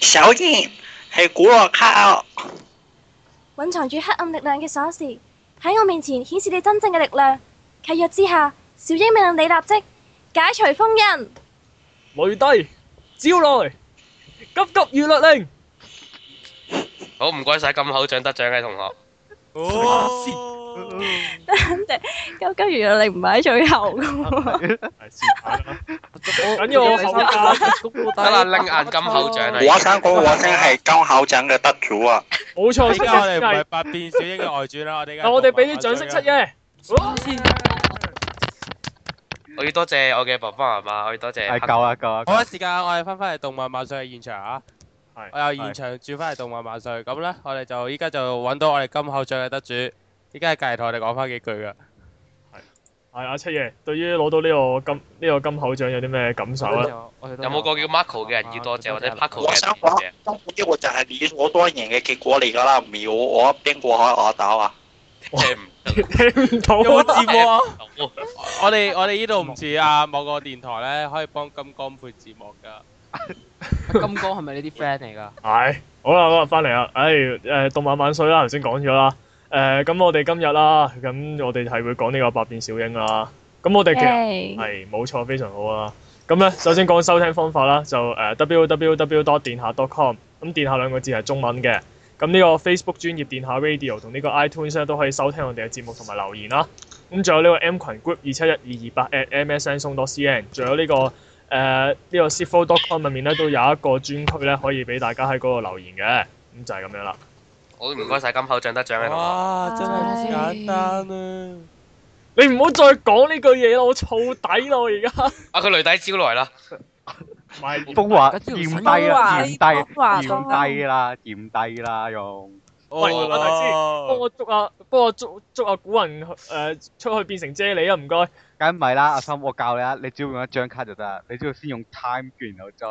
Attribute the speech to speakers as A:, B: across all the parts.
A: 首先係古洛卡洛，
B: 蕴藏住黑暗力量嘅鎖匙，喺我面前顯示你真正嘅力量。契約之下，小英命令你立即解除封印。
C: 雷帝招來，急急如律令。
D: 好唔該晒咁口獎得獎嘅同學。
E: 哦，
B: 鳩鳩原來你唔係喺最後嘅喎，
E: 係試下啦。
C: 緊要我後家，
D: 得啦，拎眼金口獎啦。
A: 我想講我先係金口獎嘅得主啊！
C: 冇錯，
E: 依
C: 先
E: 家我哋唔
C: 係
E: 係。百變小櫻嘅外傳啦，我哋
C: 嗱， 我哋俾啲掌聲七嘅。好
D: 我要多謝我嘅爸爸媽媽，我要多謝
F: 係夠啦夠啦
E: 好
F: 夠
E: 啦，
F: 啦。
E: 時間我哋翻返嚟動漫萬歲嘅現場啊！
F: 係
E: 我由現場轉翻嚟動漫萬歲，咁咧我哋就依家就揾到我哋金口獎嘅得主，依家係隔離同我哋講翻幾 句噶。
C: 係阿七爺，對於攞到呢個金呢個金口獎有啲咩感受咧？
D: 有冇個叫 Marco 嘅人要多謝，或者 Paco
A: 我
D: 嘅
A: 想
D: 人
A: 講
D: 要多
A: 呢
D: 謝？
A: 個就係理所當然嘅結果嚟㗎啦，唔要我邊個可以我打啊？
D: 聽唔
C: 聽唔到
E: 有冇
C: 啊！
E: 字幕啊？
D: 到。
E: 我哋我哋呢度唔似啊某個電台咧，可以幫金剛配字幕噶。
G: 金剛係咪你啲 friend 嚟㗎？
C: 係，好啦，好啦，翻嚟啦，唉，誒，動漫萬歲啦，頭先講咗啦，誒，咁我哋今日啦，咁我哋係會講呢個百變小櫻啦，咁我哋其實。
B: 耶！
C: 係冇錯，非常好啊！咁咧，首先講收聽方法啦，就誒 www dot 電下 dot com，咁電下兩個字係中文嘅。咁呢個 Facebook 專業電下 Radio 同呢個 iTunes 咧都可以收聽我哋嘅節目同埋留言啦。咁仲有呢個 M 群 group 二七一二二八 at msn 松 dot cn，仲有呢、個呃誒呢、個 s i f o dot com 入面咧都有一個專區咧可以俾大家喺嗰度留言嘅。咁就係咁樣啦。
D: 好唔該晒金口獎得獎嘅同學。
E: 哇！真係唔簡單啊！
C: 你唔好再講呢句嘢啦，我燥底啦，我而家。
D: 啊，佢雷底招來啦。
C: 唔係
F: 風華
G: 嗰條
F: 驗
G: 神
F: 低啦，
H: 話
F: 驗
H: 風華
F: 低，
H: 多
F: 驗低啦，驗低啦，用
C: 喂
E: 哦
C: 等陣先幫我捉啊，幫我捉捉啊古人誒、呃出去變成啫喱啊！唔該。
F: 梗唔係啦，阿心，我教你啊，你只要用一張卡就得啦，你只要先用 time，跟然後再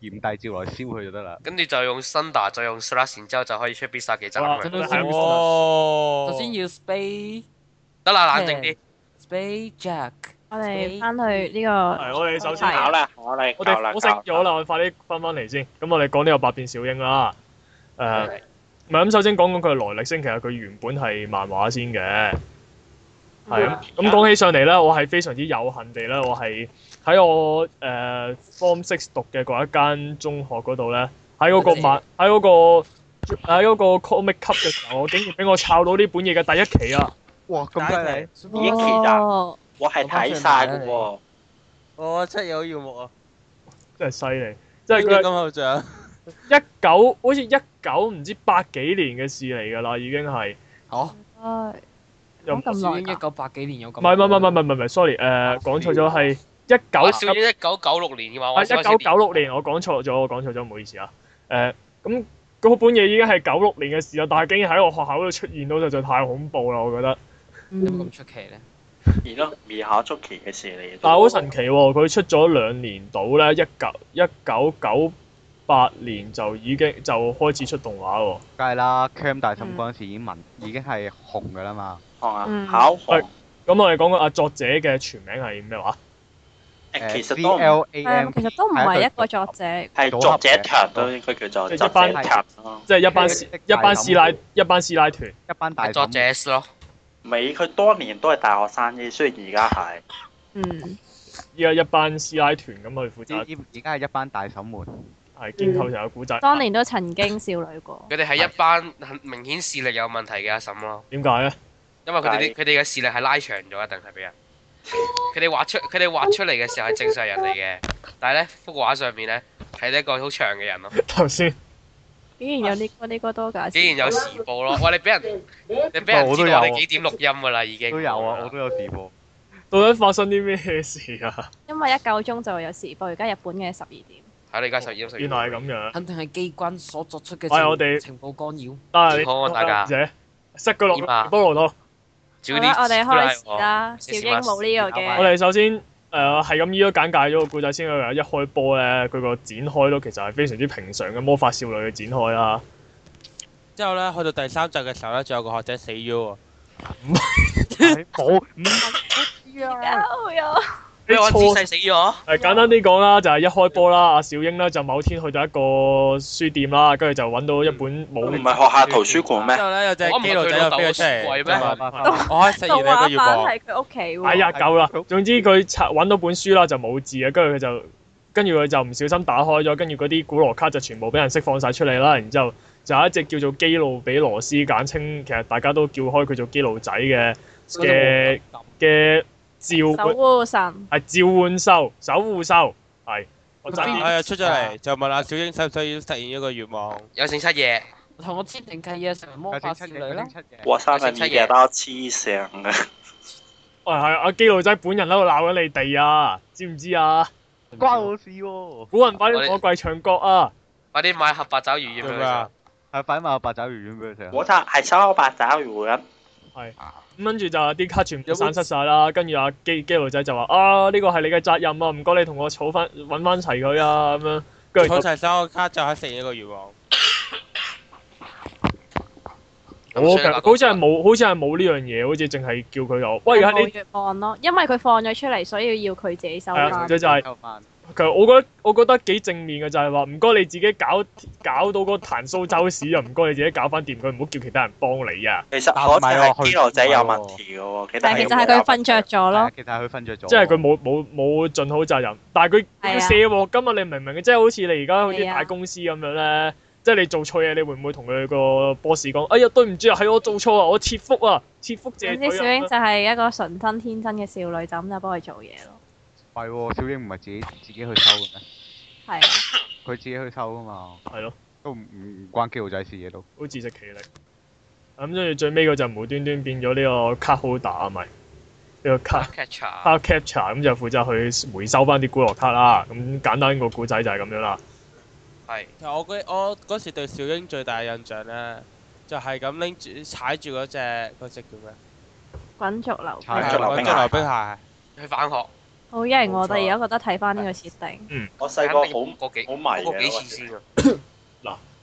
F: 驗低照來燒佢就得啦。
D: 跟住就用 Thunder，再用 Slash，然之後就可以出必殺技
C: 哇
D: 揸
C: 真
D: 佢。
C: 係
E: 哦，
G: 首先要 Space
D: 得啦，冷靜啲。
G: Space Jack。
B: 我哋翻去呢個
C: 係，我哋首先
B: 係啊
A: 考啦，考啦，
C: 我
A: 考
C: 哋
A: 啦，
C: 我識咗啦，我快啲翻返嚟先。咁我哋講呢個百變小櫻啦。誒、
D: 係
C: 唔係咁，首先講講佢嘅來歷先。其實佢原本係漫畫先嘅。係咁，咁講起上嚟咧，我係非常之有幸地咧，我係喺我誒、呃 Form Six 讀嘅嗰一間中學嗰度咧，喺嗰個漫喺嗰個喺嗰個 comic 級嘅時候，我竟然俾我抄到呢本嘢嘅第一期啊！
F: 哇，咁犀利！
A: 已經其實
B: 哦，
A: 我係睇晒嘅喎，
E: 我七友耀目啊！
C: 真係犀利，即
E: 即
C: 係
E: 係
C: 佢
E: 金
C: 係
E: 口獎。
C: 一九好似一九唔知八幾年嘅事嚟㗎啦，已經係
G: 嚇！
B: 唉
C: 又
B: 講
C: 唔
B: 咁
G: 小
B: 耐
G: 英一
B: 㗎，
G: 九八幾年有咁。
C: 係唔係唔係唔係唔係唔係，sorry 誒、講錯咗係
D: 搞
C: 一
D: 笑
C: 九
D: 於一九九六年嘅嘛，
C: 啊
D: 我
C: 一九九六年我講錯咗，我講錯咗，唔好意思啊誒咁嗰本嘢已經係九六年嘅事啦，但係竟然喺我學校嗰度出現到，實在太恐怖啦，我覺得。
G: 有冇
B: 嗯
G: 咁出奇咧？
A: 而咯，面考捉棋嘅事嚟。
C: 但係好神奇喎、佢出咗兩年到咧，一九一九九八年就已經就開始出動畫喎。
F: 梗係啦，Cam 大嬸嗰陣時已經聞，已經係紅㗎啦嘛。
A: 行啊，
B: 嗯
A: 考行
C: 係。咁我哋講講啊作者嘅全名係咩話？
A: 誒
F: 誒
A: 其實
F: C
A: 都唔
F: L A
B: 係
F: M
B: 啊其實都唔係一個作者，
A: 係作者強都應該叫做
C: 即係
A: 作
C: 一班
A: 者強咯。
C: 即係一
D: 啊
C: 班師一班師奶一班師奶團。
F: 一班大
D: 作
F: 嬸
D: 者 S 咯，
A: 美佢當年都係大學生啫，雖然而家係。
B: 嗯，
C: 依家一班師奶團咁去負責
D: 嗯
F: 依依而家係一班大嬸們，
C: 係建構成個古啊仔。
B: 當年都曾經少女過，
D: 佢哋係一班很明顯視力有問題嘅阿嬸咯，
C: 點解咧？
D: 因為佢哋啲佢哋嘅視力係拉長咗，一定係 俾人。佢哋畫出佢哋畫出嚟嘅時候係正常人嚟嘅，但係咧幅畫上面咧係呢一個好長嘅人咯，
C: 頭先
B: 竟然有呢個呢個多解
D: 竟
B: 釋，
D: 然有時 報咯，喂你俾人你俾人
F: 我
D: 知
F: 都有
D: 道
F: 啊
D: 我哋幾點錄音㗎啦已經
F: 都有啊，我都有時報。
C: 到底發生啲咩事 啊？
B: 因為一夠鐘就會有時報，而家日本嘅十二點。
D: 係你而家十二點十二
C: 原來係咁樣。
D: 啊
G: 肯定係機關所作出嘅
C: 喂我哋
G: 情情報干擾。
C: 但係你
D: 健康啊大家
C: 者塞佢落
D: 點啊
C: 菠蘿度。
D: 照
B: 好啦，我哋開始
D: 我
B: 啦。小英冇呢個
C: 我
B: 嘅，
C: 哋首先誒係咁依都簡介咗個故仔先啦。一開波咧，佢個展開都其實係非常之平常嘅魔法少女嘅展開啦。
E: 之後咧，去到第三集嘅時候咧，仲有個學者死咗喎。
F: 冇，唔係
B: 有有
C: 你
D: 咩我姿
C: 錯
D: 勢死咗？
C: 誒呃簡單啲講啦，就係一開波啦，阿小英咧就某天去到一個書店啦，跟住就揾到一本
D: 嗯
A: 唔
C: 冇
A: 係學校圖書館
E: 之
A: 咩？
E: 後咧有隻
D: 我唔係
E: 基佬仔
D: 佢老
E: 就
D: 豆
E: 飛咗出
D: 個書櫃咩
E: 嚟，就
F: 動
E: 話我喺食完
H: 動
E: 你都要
H: 畫 版
E: 播。
H: 係佢屋企喎。
C: 哎呀夠啦，總之佢拆揾到本書啦，就冇字嘅，跟住佢就跟住佢就唔小心打開咗，跟住嗰啲古羅卡就全部俾人釋放晒出嚟啦，然之後就有一隻叫做基路比羅斯，簡稱其實大家都叫開佢做基路仔嘅嘅嘅召
H: 守護神，
C: 係召喚獸守護獸係，我
G: 佢
C: 爭
G: 邊
C: 啲
E: 我啊又出咗嚟，就問阿小英使唔使要實現一個願望？
D: 有剩七嘢，
G: 同我簽定契嘢成為魔
F: 有
G: 法
F: 整七
G: 少女
F: 嘅，有
G: 啦
F: 整。七嘅。
A: 哇！三分二嘅啦，黐線嘅。
C: 喂係阿基路仔本人喺度鬧緊你哋啊，知唔知啊？
F: 關我事喎！
C: 古人快啲攞貴長角啊！
D: 快啲買盒白爪魚丸俾
E: 做
D: 佢
E: 咩啊
D: 食。？
F: 係快啲買個八爪魚丸俾佢食 啊！
A: 我睇係收八爪魚丸。
C: 咁跟住就啲卡全部
E: 有冇
C: 散失晒啦，跟住阿基基路仔就話啊呢個係你嘅責任啊，唔該你同我儲翻揾翻齊佢啊咁樣，跟住
E: 儲齊三個卡就可以實現一個願望。
C: 我其實好似係冇，好似係冇呢樣嘢，好似淨係叫佢就喂，係
H: 冇
C: 你
H: 願望咯，因為佢放咗出嚟，所以要佢自己收
C: 係啊
H: 翻。
C: 佢就係
F: 扣返
C: 其實我覺得我覺得幾正面嘅就係話唔該你自己搞搞到嗰壇蘇州市啊，唔該你自己搞翻掂佢，唔好叫其他人幫你啊！
A: 其實我睇係基佬仔有問題嘅喎，其
H: 但係其實係佢瞓着。咗
F: 係
H: 咯
F: 啊，其實係佢瞓着咗。
C: 即係佢冇冇冇盡好責任，但係佢
H: 係啊
C: 佢卸鑊今日你明唔明？即係好似你而家好似
H: 係啊
C: 大公司咁樣咧，即係你做錯嘢，你會唔會同佢個 boss 講？哎呀，對唔住啊，係我做錯啊，我切腹啊，切腹謝
H: 總之小英
C: 罪
H: 就
C: 啊！
H: 係一個純真天真嘅少女，就咁就幫佢做嘢咯。
F: 唔係喎，小英唔係自己自己去收嘅咩？
H: 係啊，
F: 佢自己去收噶嘛，
C: 係咯，
F: 都唔唔唔關基佬仔事嘅都。
C: 好自食其力。咁跟住最尾嗰就無端端變咗呢個卡 holder 啊，咪呢個卡
D: catcher，
C: 卡 capture 咁就負責去回收翻啲古樂卡啦。咁簡單個故仔就係咁樣啦。
D: 係
E: 其實我嗰我嗰時對小英最大嘅印象咧，就係咁拎住踩住嗰隻嗰隻叫咩？
H: 滾軸溜冰，
F: 係
A: 啊着溜
E: 嗰
A: 冰
E: 隻
A: 鞋
E: 溜冰鞋。
D: 去返學，
H: 好型
E: 冇
H: 我
F: 啊
E: 錯
H: 哋而家覺得睇翻呢個設定，
A: 我細
D: 肯
A: 個
D: 定
A: 好
D: 過幾
A: 好迷
D: 過幾次
A: 嘅。
D: 先啊！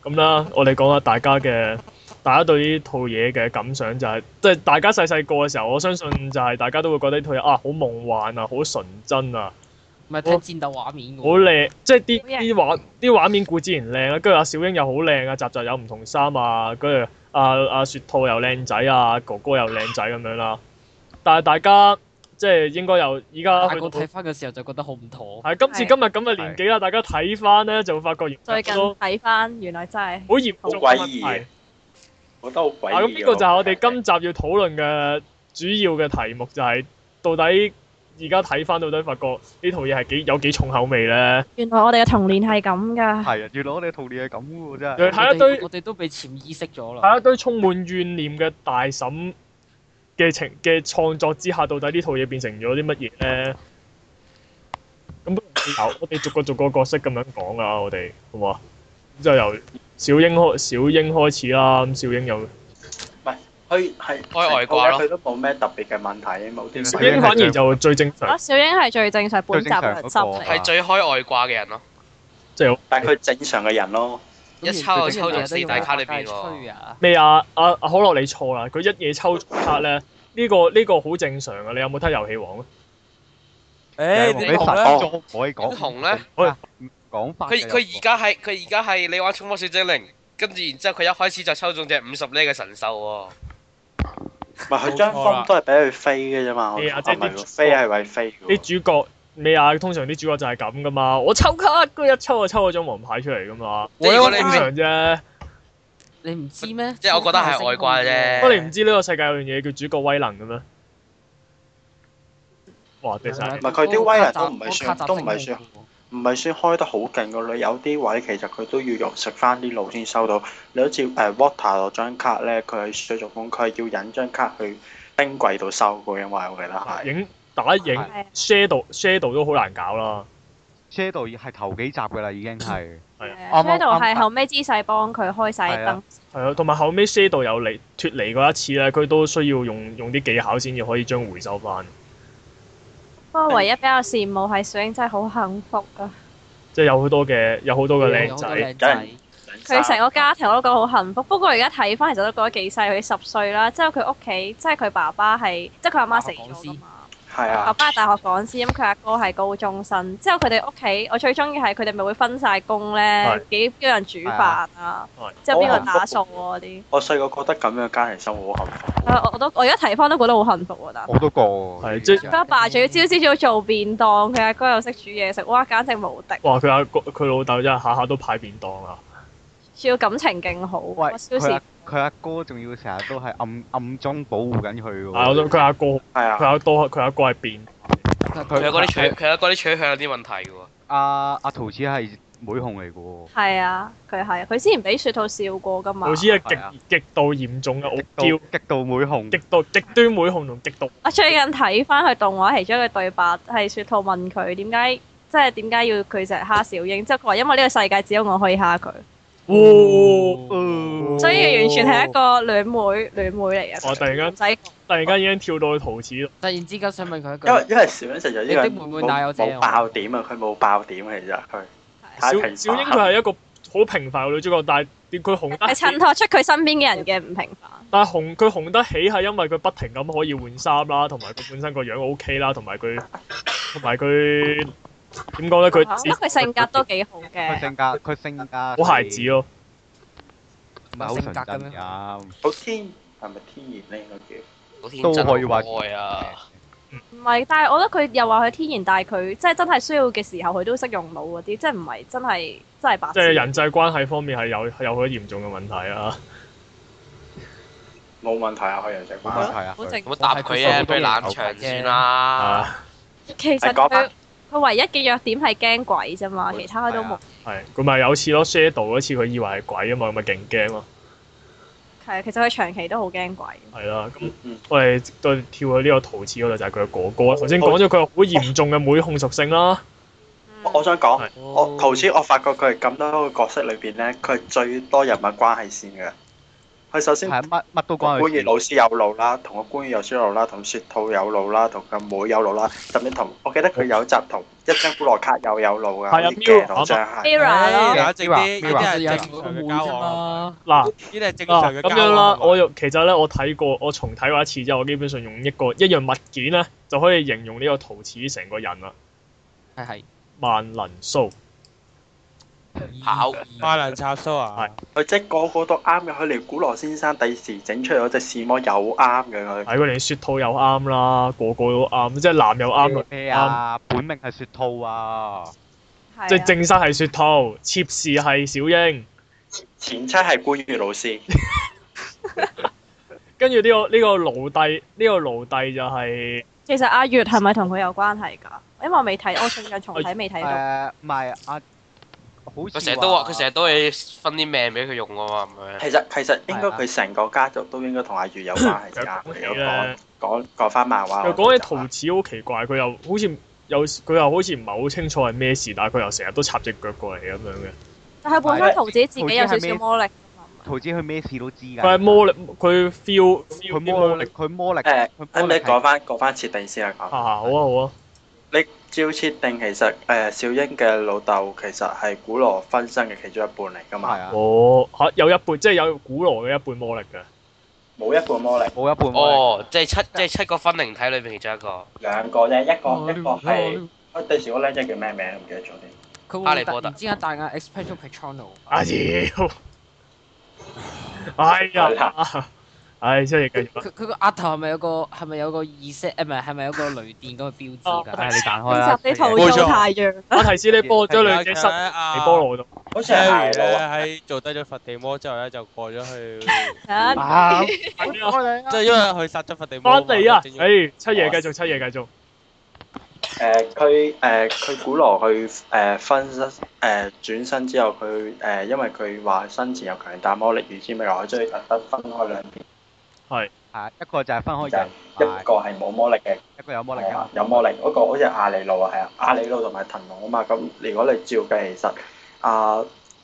C: 咁啦，我哋講下大家嘅大家對呢套嘢嘅感想就係、即係大家細細個嘅時候，我相信就係大家都會覺得呢套嘢啊好夢幻啊，好純真啊，
G: 唔係睇戰鬥畫
A: 嗯
G: 面嘅
C: 好
G: 喎。
C: 靚，即係啲
H: 好靚
C: 啲畫啲畫面固之然靚啦，跟住阿小英又好靚啊，集集有唔同衫啊，跟住阿阿雪兔又靚仔啊，哥哥又靚仔咁樣啦。但係大家即係應該有依家
G: 大
C: 去
G: 個
C: 到
G: 睇翻嘅時候就覺得好唔妥。
C: 係今次今日咁嘅年紀啦，大家睇翻咧就會發覺原來
H: 最近
C: 好多
H: 睇翻原來真係
C: 好嚴重
A: 好
C: 嘅
A: 詭
C: 問
A: 異
C: 題
A: 嘅。我覺得好鬼。
C: 啊，咁呢個就係我哋今集要討論嘅主要嘅題目，就係到底而家睇翻到底發覺呢套嘢係幾有幾重口味咧？
H: 原來我哋嘅童年係咁㗎。
F: 係啊，原來我哋童年係咁嘅喎，真
C: 又要
F: 係。
C: 睇一
G: 我哋
C: 堆
G: 我哋都被潛意識咗啦。
C: 睇一堆充滿怨念嘅大嬸嘅情嘅創作之下，到底呢套嘢變成咗啲乜嘢咧？咁不如由我哋逐個逐個角色咁樣講啦，我哋好唔好啊？咁就由小英開小英開始啦，咁小英又
A: 佢係
D: 開外掛咯
A: 佢都冇咩特別嘅問題，冇啲
C: 小
F: 英
C: 英反而就最正
H: 啊，
C: 常，
H: 小英係最正常本集
F: 最正常
H: 嘅
F: 嗰個
H: 心嚟。
A: 啊
D: 係最開外掛嘅人咯，
C: 即係
A: 但係佢正常嘅人咯。
D: 一抽就抽中四大卡裏邊喎。
G: 啊！
C: 咩啊？阿、阿可樂你錯啦，佢一嘢抽卡咧，呢、呢個呢、個好正常啊！你有冇睇遊戲王啊？
E: 誒，
F: 你
E: 你
F: 神
E: 紅咧？
A: 哦
F: 作可以講
D: 英雄咧，
F: 講法
D: 佢
F: 嘅有個。
D: 佢而家係佢而家係你玩寵物小精靈，跟住然之後佢一開始就抽中隻五十呢嘅神獸喎。
A: 唔係佢張風都係俾佢飛嘅啫嘛。我
C: 係啊
A: 啊
C: 即係
A: 唔
C: 啲
A: 係飛係為飛嘅
G: 啊
A: 喎。
C: 啲主角咩啊？通常啲主角就係咁噶嘛，我抽卡，佢一抽就抽咗張黃牌出嚟噶嘛，
D: 即
C: 我
D: 係如果你
C: 正常啫。
G: 你唔知咩？
D: 即係我覺得係外掛啫
C: 不過你唔知呢個世界有樣嘢叫主角威能嘅咩？
G: 啊
C: 哇！地晒
A: 唔係佢啲威人都唔係算都唔係算唔係算開得好勁個女，有啲位其實佢都要用食翻啲路先收到。你好似誒 Water 嗰張卡咧，佢喺水族館，佢係要引張卡去冰櫃度收嘅，因為我記得係。
C: 影打影
F: 係
C: shadow shadow 都好難搞啦。
F: Shadow 係頭幾集嘅啦，已經係。
H: 係
F: 啱
H: 啊
F: 啱啱
H: ，Shadow
F: 啱
H: 係後尾姿勢幫佢開晒
F: 係啊
H: 燈，
C: 係啊，同埋後尾 shadow 有離脱離嗰一次咧，佢都需要用用啲技巧先至可以將回收翻，
H: 不過唯一比較羨慕係小英真係好幸福啊㗎。
C: 即係有好多嘅有好多嘅
G: 啊
C: 靚
G: 有好多
C: 仔。
G: 靚仔。
H: 佢成個家庭我都覺得好幸福，不過而家睇翻其實都覺得幾細，佢十歲啦。之後佢屋企，即係佢爸爸係，即係佢阿媽死咗㗎嘛。
A: 係
H: 我阿
A: 啊，
H: 爸係大學講師，咁佢阿哥係高中生。之後佢哋屋企，我最中意係佢哋咪會分晒工咧
C: 係，
H: 幾幾個人煮飯啊
C: 係，
H: 之後
A: 好
H: 邊個
A: 幸福
H: 打掃啊嗰啲。
A: 我細個覺得咁樣家庭生活好幸福。
H: 啊我我都我而家睇翻都覺得好幸福喎，但係
F: 我都過喎。
C: 係即
H: 佢阿爸仲要朝朝早做便當，佢阿哥又識煮嘢食，哇！簡直無敵，
C: 哇！佢阿哥佢老豆真係下下都派便當啊！
H: 仲要感情勁好。
F: 喂，
H: 我超
F: 佢
H: 時
F: 阿佢阿哥仲要成日都係暗暗中保護緊佢嘅
C: 啊！我想
F: 喎。
C: 佢阿哥，佢
A: 係啊，
C: 阿多，佢阿哥係變
G: 佢
F: 佢
D: 佢有嗰啲取，佢有嗰啲取向有啲問題嘅喎。
F: 阿阿桃子係妹控嚟嘅喎。
H: 係啊，佢係啊佢之前俾雪兔笑過噶嘛
C: 好。似
F: 係啊
C: 係極極度嚴重啊嘅傲
F: 極
C: 嬌，
F: 度極度妹控。
C: 極度極端妹控同極度
H: 我最近睇翻佢動畫其中一個對白，係雪兔問佢點解，即係點解要佢成日蝦小英，之後佢話因為呢個世界只有我可以蝦佢，
C: 哇！
F: 哦
H: 所以完全係一個戀妹戀妹嚟嘅。
C: 我突然間
H: 唔使
C: 突然間已經跳到去陶瓷度，
G: 突然之間想問佢一句，
A: 因為因為小英其實呢個人
G: 你的妹妹
A: 冇
G: 帶我姐
A: 冇爆點啊，佢冇爆點其實佢太平
C: 小
A: 凡。
C: 小英佢係一個好平凡嘅女主角，但係佢紅
A: 啊
C: 得
H: 係襯托出佢身邊嘅人嘅唔平凡。
C: 但係紅佢紅得起係因為佢不停咁可以換衫啦，同埋佢本身個樣 O K 啦，同埋佢同埋佢點講咧？佢
H: 啊咁佢性格都幾好
F: 佢
H: 嘅，
F: 性格佢性
C: 好
F: 格
C: 孩子咯。
F: 唔係好純真㗎。
A: 好天係咪天然咧？應該叫
D: 好天
F: 都
D: 真
F: 可以話
D: 可愛啊！
H: 唔係，但係我覺得佢又話佢天然，但係佢即係真係需要嘅時候，佢都識用腦嗰啲，即係唔係真係真係白痴。
C: 即係人際關係方面係有有好多嚴重嘅問題啊！
A: 冇問題啊，佢人際關係
F: 冇問。題啊。佢
G: 正
D: 咁答佢啊，俾佢冷場先啦。
C: 啊，
H: 其實
A: 係講
H: 佢
A: 返
H: 佢唯一嘅弱點係驚鬼啫嘛，其他佢都冇。
C: 係佢咪有次咯，Shadow 嗰次佢以為係鬼啊嘛，咁咪勁驚咯，
H: 係，其實佢長期都好驚鬼。
C: 係啦。咁
A: 嗯
C: 我哋再跳去呢個陶瓷嗰度就係佢嘅哥哥啦。頭先講咗佢有好嚴重嘅妹控屬性啦，
A: 我我想講
C: 係，
A: 我頭先我發覺佢係咁多個角色裏邊咧，佢係最多人物關係線嘅。佢首先
F: 係乜乜都
A: 官
F: 關佢
A: 員老
F: 事。
A: 師有路啦，同個官員有書路啦，同雪兔有路啦，同個妹有路啦，甚至同我記得佢有集同一張古羅卡又有路噶，
C: 係啊
A: 好似鏡
C: Mirror
A: 同張係。
E: 啊
H: Era 咯，
E: 冷靜啲，呢啲
G: 就有
E: 係正
G: 個
E: 常
G: 妹
E: 嘅交
G: 啫
E: 往，
G: 嘛。
C: 嗱
E: 呢啲係正
C: 嗱
E: 常嘅啊
C: 哦
E: 交
C: 咁
E: 往。
C: 樣啦，我
E: 係
C: 又其實咧我睇過，我重睇過一次之後，我基本上用一個一樣物件咧就可以形容呢個陶瓷成個人啦，
G: 係係。
C: 萬能鬚。
D: 跑
E: 咪花能插蘇啊！
A: 佢即係個個都啱嘅，佢連古羅先生第時整出嚟嗰只試魔又啱嘅佢。
C: 係佢連雪兔又啱啦，個個都啱，即係男又啱，女
F: 咩啊？本命係雪兔啊！
H: 係啊
C: 即係正室係雪兔，妾侍係小英，
A: 前妻係官員老師，
C: 跟住呢個呢個奴隸呢個奴隸就係
H: 其實阿月係咪同佢有關係㗎？因為我未睇，我最近重睇未睇到。
F: 誒，唔係啊，好似
D: 佢成日都話，
F: 話
D: 佢成日都會分啲命俾佢用噶嘛，咁樣。
A: 其實其實應該
F: 啊
A: 佢成個家族都應該同阿月有關係先啱
C: 講
A: 嘅。
C: 起
A: 如果
C: 咧
A: 講，講講翻漫畫，
C: 啊又講起
A: 我
C: 陶
A: 就
C: 瓷好奇怪，佢又好似有佢又好似唔係好清楚係咩事，但係佢又成日都插只腳過嚟咁樣嘅。
H: 但係本身桃子自己有少
F: 桃子係
H: 少
F: 咩
H: 魔力。
F: 桃子佢咩事都知㗎。
C: 佢係魔力，佢 feel
F: 佢
C: feel 啲
F: 魔
C: 魔
F: 力，
C: 力。
F: 佢魔力，
A: 誒
F: 佢
A: 誒，
F: 魔
A: 啊你
F: 力
A: 講
F: 係
A: 翻講翻設定先啦，
C: 啊
A: 講。
C: 好啊好啊，
A: 你照設定其實誒、呃小英嘅老豆其實係古羅分身嘅其中一半嚟㗎嘛
F: 係，啊，
C: 哦嚇有一半即係有古羅嘅一半魔力嘅，
A: 冇一半魔力，
F: 冇一半魔力。
D: 哦，即係七，即係七個分靈體裏邊其中一個。
A: 兩個啫，一個哦一個係，我第時嗰僆仔叫咩名唔記得咗添。
G: 佢
D: 哈
G: 會
D: 利
G: 突
D: 波特
G: 然之間大嗌 Expecto Patronum。
C: 啊屌！ 哎呀，唉真係繼續啦。啊
G: 佢佢個額頭係咪有個係咪有個意識？誒唔係係咪有個雷電嗰個標誌
C: 哦
G: 㗎？
F: 你彈開啦
H: 今集你桃
E: 冇
H: 做
E: 錯
H: 太陽，
C: 我提示你幫我將兩隻
E: 其
C: 塞
E: 實
C: 嚟
E: 咧阿
C: 菠蘿度。
A: 好似係
E: Harry
A: 鞋佬
E: 咧
A: 啊，
E: 喺做低咗佛地魔之後咧，就過咗去，
H: 啊
F: 啊！
C: 係啊
E: 即係因為佢殺咗佛地魔嘛。
C: 翻嚟啊！
E: 正要
C: 誒，七爺繼續，七爺繼
A: 誒
C: 續。
A: 呃佢誒佢古羅去誒、呃分身誒、呃、轉身之後，佢誒、呃因為佢話生前有強大魔力預知未來，佢所以特登分開兩邊，
F: 啊，一個就係分開
A: 就係
F: 人，
A: 一個係冇魔力嘅，
F: 一個有魔力
A: 係啊
F: 㗎。
A: 有魔力嗰個好似係阿里路啊，係啊，阿里路同埋騰龍啊嘛。咁如果你照計，其實啊，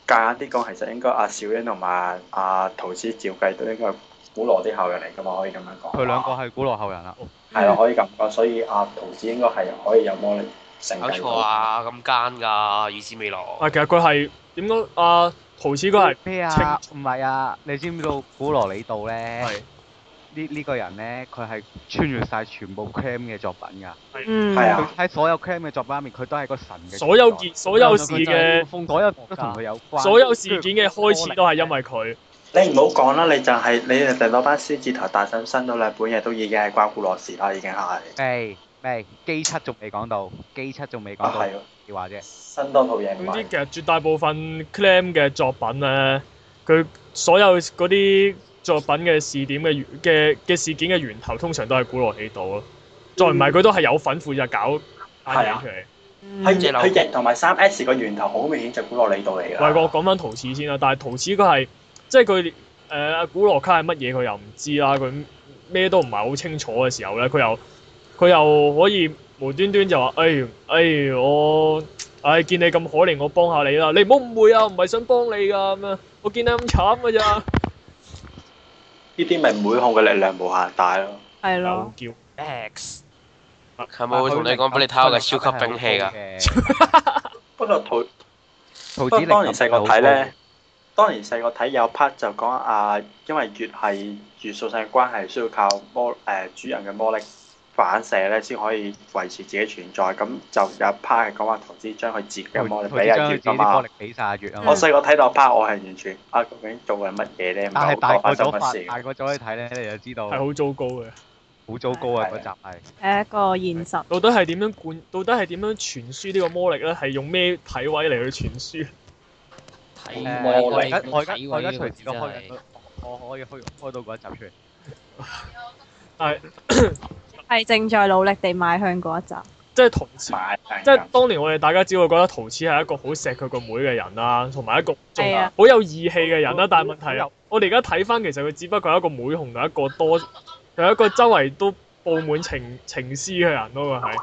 A: 夾硬啲講，其實應該阿小英同埋阿陶子照計都應該係古羅啲後人嚟噶嘛，可以咁樣講。
F: 佢兩個係古羅後人啦。
A: 係啊，可以咁講，所以阿陶子應該係可以有魔力成
D: 搞
A: 繼
D: 錯啊！咁奸㗎，預知未來。
C: 啊，其實佢係點講？啊，陶瓷哥係
F: 咩啊？唔係啊！你知唔知道古羅里度咧？
C: 係
F: 呢呢個人咧，佢係穿越晒全部 Clam 嘅作品㗎。
H: 嗯，
A: 係啊
F: 佢喺所有 Clam 嘅作品入面，佢都係個神嘅。
C: 所有件所有事嘅
F: 所有都同佢有關。
C: 所有事件嘅開始都係因為佢。
A: 你唔好講啦，你就係、你哋就攞班獅子頭大婶伸到兩本嘢，都已經係關古羅事啦，已經係。
F: 未未機七仲未講到，機七仲未講
A: 啊，
F: 到
A: 係，喎，
F: 你話啫。
A: 新多套嘢唔
C: 總之
A: 係。
C: 其實絕大部分 Clam 嘅作品咧，佢所有嗰啲作品嘅事點嘅源嘅嘅事件嘅源頭，通常都係古羅起到咯。再唔係佢都係有份負責搞單嘢出嚟。
A: 佢
D: 即係
A: 佢亦同埋三 S 個源頭好明顯就古羅里度嚟㗎。
C: 喂，我講翻陶瓷先啦，但係陶瓷佢係即係佢誒阿古羅卡係乜嘢佢又唔知啦，佢咩都唔係好清楚嘅時候咧，佢又佢又可以無端端就話誒誒我誒見你咁可憐，我幫下你啦，你唔好誤會啊，唔係想幫你㗎咁樣，我見你咁慘㗎咋，
A: 呢啲咪每控嘅力量無限大咯。
H: 係
C: 又
H: 咯，
C: 叫
G: X
D: 係咪會同你講俾你睇我嘅超級兵 器㗎？
F: 㗎。
A: 不過陶不
F: 陶子
A: 過
F: 力
A: 當年細個睇咧，當年細個睇有 part 就講啊，因為越係越數性嘅關係，需要靠魔誒、主人嘅魔力反射咧，先可以維持自己存在。咁就有 part 係講話投資將佢自己嘅魔力
F: 陶
A: 俾
F: 子將
A: 阿
F: 佢
A: 月
F: 自
A: 㗎
F: 己啲魔
A: 嘛
F: 力。俾晒阿月啊嘛
A: 我。細個睇到 part，我係完全啊，究竟做緊乜嘢咧？唔
F: 但
A: 係
F: 係大
A: 好
F: 個
A: 多發生乜
F: 咗發，
A: 事。
F: 大個咗去睇咧，你就知道
C: 係好糟糕嘅。
F: 好糟糕啊！
A: 係
F: 嗰集係。
H: 係一個現實。
C: 到底係點樣灌？到底係點樣傳輸呢個魔力咧？係用咩體位嚟去傳輸？
G: 睇
F: 誒
A: 我
F: 我而
G: 位
F: 家我而家
G: 睇
F: 我而
G: 位
F: 家
G: 呢個
F: 隨時
G: 字
F: 都
G: 真
F: 開緊
G: 係
F: 佢，我我可以開開到嗰一集出嚟。
C: 但係
H: 係正在努力地邁向嗰一集。
C: 即係陶瓷
A: 買
C: 即
H: 啊
C: 係當年我哋大家只會覺得陶瓷係一個好錫佢個妹嘅人啦，同埋一個仲
H: 係啊
C: 好有義氣嘅人啦。但係問
F: 好
C: 題啊
F: 有，
C: 我哋而家睇翻，其實佢只不過係一個妹紅同一個多，有一個周圍都佈滿情情絲嘅人咯，佢係。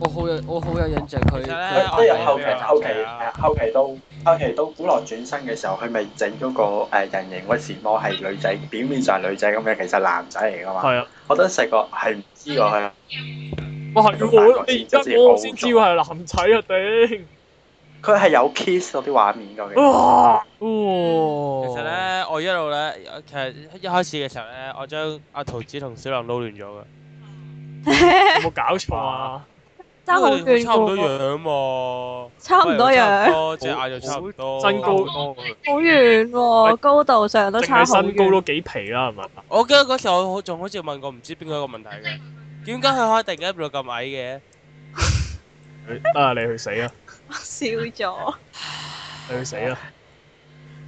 G: 我好有我好有印象佢。
A: 即
E: 其實呢
G: 佢
E: 我
A: 係後期
E: 係
A: 後期
E: 啊
A: 後期到後期到古羅轉身嘅時候，佢咪整咗個誒人形嗰時魔係女仔，表面上係女仔咁樣，其實男仔嚟噶嘛。
C: 係啊，
A: 我覺得細個係啊唔知㗎佢，
H: 嗯
C: 哇！係我你而家講我先知佢係男仔啊！頂，
A: 佢係有 kiss 嗰啲畫面㗎
C: 哦
H: 嗯
A: 嘅。
C: 哇！哦
E: 其
C: 其
E: 實，咧，我一路咧，其實一開始嘅時候咧，我將阿桃子同小林撈亂咗嘅，
C: 有冇搞錯啊？
H: 爭好
E: 因為
H: 遠
E: 差唔多
H: 喎，
E: 樣喎，
H: 差唔多樣，
E: 樣，隻眼又差唔多，
C: 身高
H: 好遠喎，
C: 喂
H: 高度上都
C: 淨
H: 差
C: 係
H: 好
C: 身高
H: 遠。
C: 都幾皮啦，係咪？
E: 我記得嗰時候我仲好似問過唔知邊個一個問題嘅，點解佢可以突然間變到咁矮嘅？
C: 得啊，你去死啊！
H: 笑咗。
C: 你去死啊！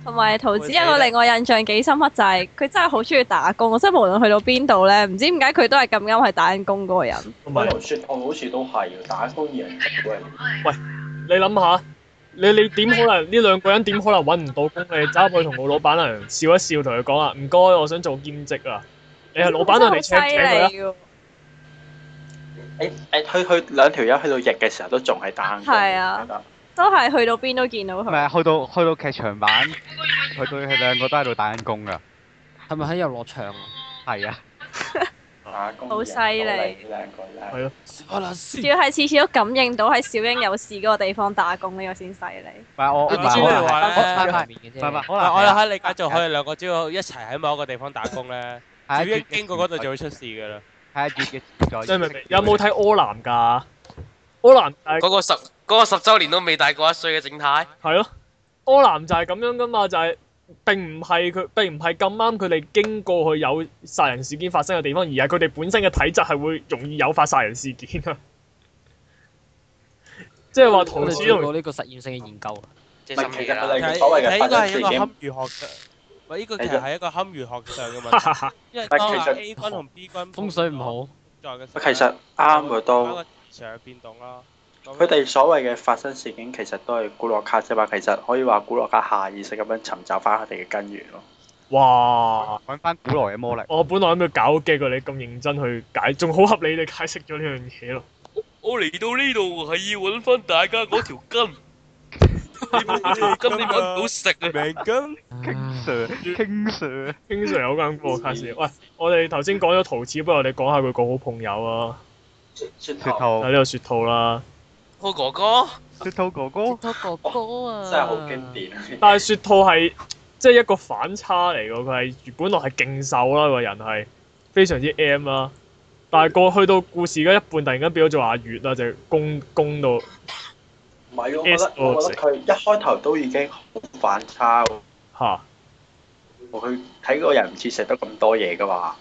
H: 同埋桃子有個令我印象幾深刻就係佢真係好中意打工，即係無論去到邊度咧，唔知點解佢都係咁啱係打緊工嗰個人。
C: 同埋
A: 咪。雪我哦好似都係要打工人喂，
C: 你諗下，你你點可能呢兩個人點可能揾唔到工？你走入去同個老闆娘笑一笑，同佢講啊，唔該，我想做兼職啊。你係老闆娘嚟請請佢啊啦，
H: 真係好犀利喎
A: 誒誒，佢佢兩條友去到譯嘅時候都仲係打緊工。
H: 係啊
A: 我覺得
H: 都係去到邊都見到
F: 唔
H: 佢。
F: 係去到去到劇場版，佢對佢兩個都喺度打緊工㗎。
G: 係咪喺遊樂場啊？
F: 係啊，
A: 打工
H: 好
A: 人
H: 犀利
A: 呢兩個咧。
G: 可能先
H: 主要係次次都感應到喺小英有事嗰個地方打工呢個先犀利。
F: 唔係我
E: 我
F: 唔
E: 知
F: 係
E: 你
F: 可能係
E: 話
F: 我唔係唔
E: 咧
F: 係
G: 下面嘅
F: 唔係唔係
G: 啫。
F: 可
E: 我
F: 能係
E: 我
F: 啊
E: 喺理解就可以兩個只要一齊喺某一個地方打工咧，
F: 係
E: 小
F: 一
E: 英
F: 月
E: 經過嗰度就會出事㗎啦。
F: 係阿月嘅存在意
C: 即係
F: 識
C: 明唔明？有冇睇柯南㗎？柯南係
D: 嗰個十嗰個十週年都未大過一歲嘅正太，
C: 係咯，柯南就係咁樣㗎嘛，就係、並唔係佢並唔係咁啱佢哋經過佢有殺人事件發生嘅地方，而係佢哋本身嘅體質係會容易誘發殺人事件啊。 即係話
G: 我
C: 桃
G: 哋
C: 子
G: 做
C: 同
G: 過呢個實驗性嘅研究，啊
D: 即
A: 唔係
D: 係心啊
A: 其
D: 氣
A: 實
D: 啦。
A: 佢
E: 睇
A: 哋所謂
E: 睇
A: 嘅
E: 應該
A: 發生
E: 係一
A: 事
E: 個堪
A: 件，
E: 輿學嘅，喂，呢個其實係一個堪輿學上嘅 問題。因為
A: 但
E: 當
A: 其
E: 下
A: 實
E: A 軍同 B 軍
G: 風水唔好。
E: 在嘅時候
A: 其實啱嘅都。
E: 上變動啦。
A: 佢哋所謂嘅發生事件，其實都係古洛卡啫嘛。其實可以話古洛卡下意識咁樣尋找翻佢哋嘅根源咯。
C: 哇！
F: 揾翻古羅嘅魔力。
C: 我本來諗住搞激過你咁認真去解，仲好合理地解釋咗呢樣嘢咯。
D: 我嚟到呢度係要揾翻大家嗰條筋，你冇根本揾唔到食啊！
E: 命根
F: King Sir，King Sir，
C: 經常有間波卡士。喂，我哋頭先講咗陶瓷，不如我哋講下佢個好朋友啊，
A: 雪
F: 雪
A: 頭
C: 喺
F: 兔，
C: 呢個雪兔啦。
D: 我哥哥，
F: 哦雪兔哥哥，
G: 哥哥啊！
A: 真係好經。典啊！
C: 但係雪兔係即係一個反差嚟㗎。佢係本來係勁瘦啦，個人係非常之 M 啦，但係過去到故事嘅一半，突然間變咗做阿月啦，就攻攻到
A: 唔係，我覺得我覺得佢一開頭都已經好反差喎，
C: 嚇
A: 佢睇個人唔似食得咁多嘢噶嘛。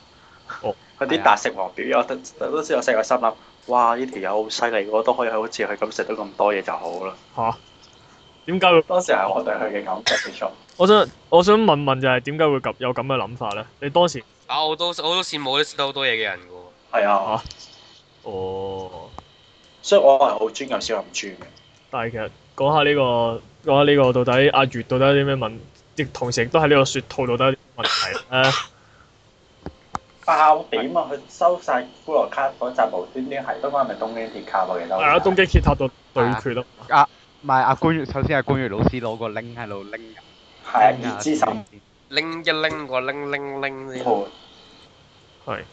C: 哦
A: 佢啲大食王表演，我得嗰時我細個心諗，哇！呢條友好犀利，我都可以好似佢咁食到咁多嘢就好啦。
C: 嚇，點解會？
A: 當時係我對佢嘅感覺，其實
C: 我想我想問問就係點解會咁有咁嘅諗法咧？你當時
D: 啊，我都我都羨慕啲得好多嘢嘅人噶喎。
A: 係啊，
C: 哦，
A: 所以我係好尊敬小林豬嘅。
C: 但係其實講下呢、個講下呢個到底阿月到底有啲咩問，亦同時亦都係呢個雪兔到底有啲咩問題 咧？
A: 爆點啊！佢收晒骷髏卡嗰集無端端係都關係咪東京鐵塔我記得。
C: 係啊，東京鐵塔度對決咯。
F: 唔係阿官，首先係官月老師攞個拎喺度拎人，
A: 係
F: 拎
A: 熱
F: 啊
A: 之神
D: 拎一拎個拎拎拎先，
A: 盤。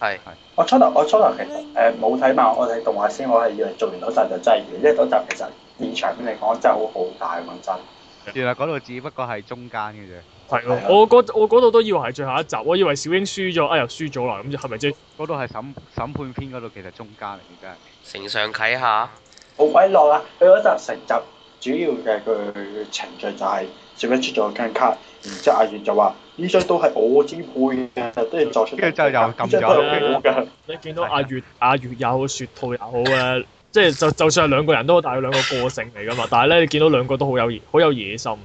C: 係
D: 係
A: 我初頭我初頭其實誒冇睇漫，我睇動畫先，我係以為做完嗰集就真係完，因為嗰集其實現場嚟講真係好好大講真。
F: 原來嗰度只不過係中間嘅啫，
C: 係咯
A: 係啊，
C: 我嗰我嗰度都以為係最後一集，我以為小英輸咗，哎呀輸咗啦，咁就係咪 即係
F: 嗰度係審審判篇嗰度其實中間嚟嘅真係。
D: 承上啟下，
A: 好鬼落啦！佢嗰集成集主要嘅佢程序就係小一出咗張卡，然之後阿元就話：呢張都係我支配嘅，都要作出。
F: 跟住就又
A: 呢
F: 撳咗
A: 張都係我嘅。
C: 你見到
F: 係啊
C: 阿月阿月也好，雪兔也好嘅，即係就就算係兩個人都好，但係兩個個性嚟噶嘛。但係咧，你見到兩個都好有野好有野心，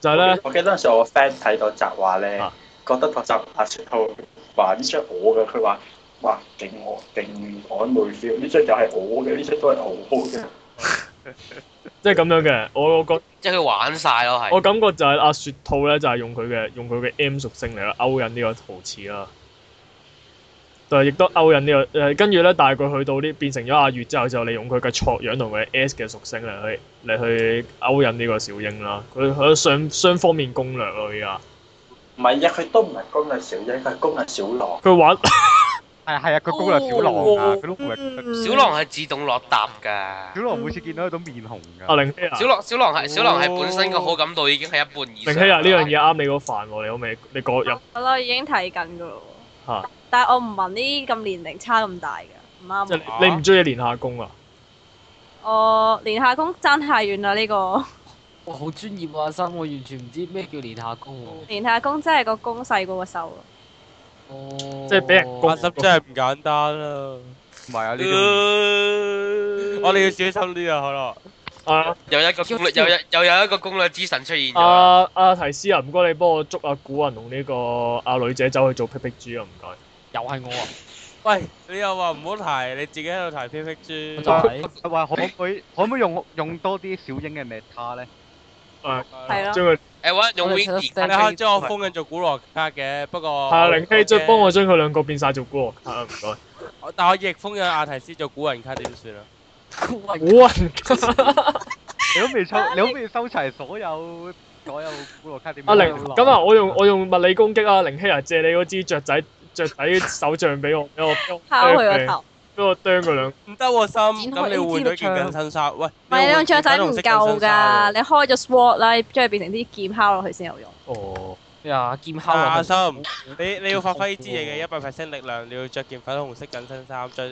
C: 就係咧
A: 我記得嗰陣時我 friend 睇到集話咧
C: 啊，
A: 覺得嗰集阿雪兔話呢張我嘅，佢話哇勁我勁曖昧 feel，呢張就係我嘅，呢張都係我嘅。
C: 即係咁樣嘅。我我覺
D: 即係佢玩晒咯，
C: 我
D: 係
C: 感覺就係阿雪兔咧，就係用佢嘅用佢嘅 M 屬性嚟勾引呢個陶瓷啦。就係亦都勾引呢、個誒，跟住咧，但係佢去到呢變成咗阿月之後，就利用佢嘅錯樣同佢嘅 S 嘅屬性嚟去嚟去勾引呢個小英啦。佢佢雙雙方面攻略咯，而家
A: 唔係啊，佢都唔係攻略小英，佢係攻略小狼。
C: 佢玩
F: 係係啊，佢攻略小狼啊，佢都唔係
D: 小狼係自動落搭㗎
F: 小。狼每次見到佢都面紅㗎。
C: 阿玲希啊
D: 小。狼小狼係小狼係本身個好感度已經係一半以上。
C: 明希啊，呢樣嘢啱你嗰飯喎，你可唔可以？你個入
H: 我咯已經睇緊噶咯
C: 嚇
H: 喎。但係我唔問呢啲咁年齡差咁大嘅，唔
C: 即
H: 啱啊
C: 係你你唔中意連下工啊？
H: 我。我連下工爭太遠啦呢 個，
G: 哇，好專業喎，啊阿生，我完全唔知咩叫練下功喎。
H: 連下工真係個工細過個手。啊
G: 哦
C: 即係俾人
E: 八
C: 攻
E: 十真係唔簡單啊！
F: 唔係
E: Ừ.
F: 啊，呢啲
E: 我哋要小心啲啊，
C: 啊
D: 有一個攻略，有一又有一個攻略之神出現咗。
C: 啊啊！提斯啊，唔該你幫我捉阿古人同呢個阿女仔走去做 P P G 啊，唔該。
G: 又係我啊，
E: 可樂。喂，你又話唔好提，你自己喺度提 P P
G: 就
E: 豬。
G: 係
F: 喂，可唔可以可唔可以用用多啲小英嘅 meta 咧？
E: Ờ.
H: 係咯
C: 將佢
D: 誒，揾人用
G: 我哋
D: Windy
G: 睇得
E: 你可以將我封印做古羅卡嘅，不過
C: 係啊，玲希
E: 即
C: 再幫我，將佢兩個變晒做古惑卡啊，唔該。
E: 但我亦封印阿提斯做古人卡點算啊？
C: 古人卡，
F: 你都未收，你都未收齊所有所有古羅卡點樣？
C: 阿玲咁啊，我用我用物理攻擊啊，玲希啊，借你嗰支雀仔雀仔手杖俾我，俾我 俾
H: 敲
C: 我
H: 佢個頭，
C: 俾我啄佢兩。
E: 唔得喎，
G: 展
E: 心
G: 開
E: 咁你換咗件
G: AT
E: 緊身衫，喂，
H: 唔係你用雀仔唔
E: 換件粉紅色緊
H: 夠
E: 身衫
H: 㗎，
E: 喎
H: 你開咗 sword 啦，將佢變成啲劍敲落去先有用。
C: 哦，
G: 咩啊？劍敲
E: 阿
G: 落去
E: 心，你你要發揮呢支嘢嘅一百 percent 力量，你要着件粉紅色緊身衫，再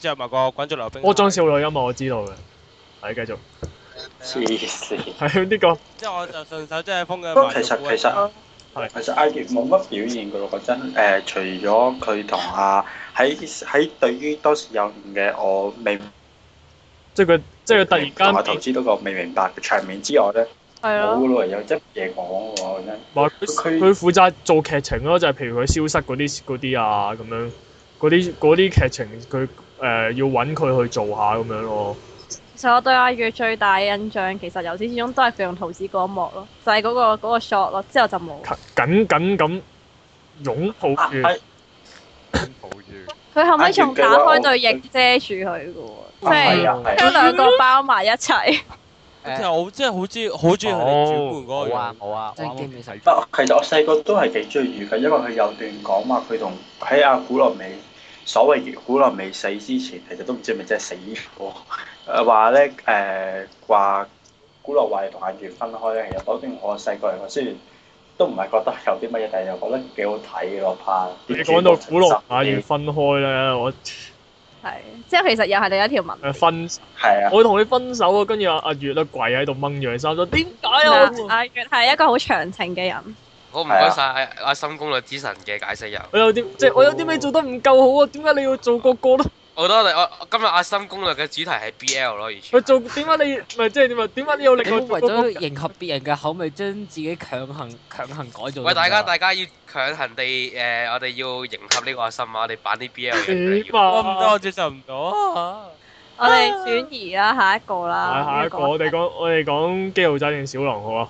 E: 着埋個滾軸溜冰。
C: 魔裝少女音樂我知道嘅。係繼續，
A: 黐線。
C: 係呢個
E: 即係我就順手即係封嘅。
A: 不過其實其實
C: 係
A: 其實阿月冇乜表現噶咯，講真誒、除咗佢同阿喺喺對於當時有唔嘅我未，
C: 即係佢，即係佢突然
A: 同埋
C: 間
A: 投
C: 變
A: 資到個未明白嘅場面之外咧，
H: 係
A: 冇噶
H: 咯，
A: 咯，有一嘢講喎講真。
C: 話佢
A: 佢
C: 佢負責做劇情咯，就係、譬如佢消失嗰啲嗰啲啊咁樣，嗰啲嗰啲劇情佢誒、呃要揾佢去做下咁樣咯。
H: 其實我對阿月最大嘅印象，其實由始至終都係佢用桃子嗰一幕咯，就係嗰個嗰個 shot 咯，之後就冇。
C: 緊緊緊咁擁抱
A: 啊
C: 住，
A: 係
F: 抱住，
H: 佢後尾仲打開對翼遮住佢
A: 啊
H: 嘅喎，
A: 係
H: 即
A: 啊係
H: 係
A: 啊
H: 將兩個包埋一齊。
E: 即係我真係好中意好中意佢哋轉換嗰個
F: 好啊
E: 樣。
F: 好啊，我
G: 真係
F: 啱
G: 基
F: 啱
G: 本上
F: 睇
A: 不過其實我細個都係幾中意嘅，因為佢有段講話佢同喺阿古樂美所謂古樂美 呃死之前，其實都唔知係咪真係死咗。誒話咧誒話呃古樂慧同阿月分開咧，其實嗰段我細個嚟講，雖然都唔係覺得有啲乜嘢，但係又覺得幾好睇嘅咯，怕。
C: 你講到古龍雅要分開咧，我
H: 係，即係其實又係另一條文。
C: 誒分，
A: 係啊，
C: 我同你分手啊，跟住阿阿月咧跪喺度掹住佢衫，咗點
G: 哎
C: 解啊？
H: 嗱阿月係一個好長情嘅人，
D: 好唔該晒阿阿深攻略之神嘅解釋又。
C: 我有啲即係我有啲咩做得唔夠好啊？點解你要做個個都？
D: 我覺得我哋我今日阿深攻略嘅主題係 BL 咯，完全
C: 我。做點解你咪即係點啊？點解你有力
G: 你
C: 過
G: 冇
C: 做
G: 為
C: 個個
G: 咗迎合別人嘅口味，將自己強行強行改造。
D: 喂，大家大家要強行地誒、呃我哋要迎合呢個阿深啊！我哋扮啲 BL 嘢出嚟
C: 點
D: 要。
E: 我唔得，
C: 啊
E: 我？接受唔到啊！
H: 我哋轉移啦，下一個啦。
C: 啊係下一個，我哋講我哋講基佬仔定小狼好啊？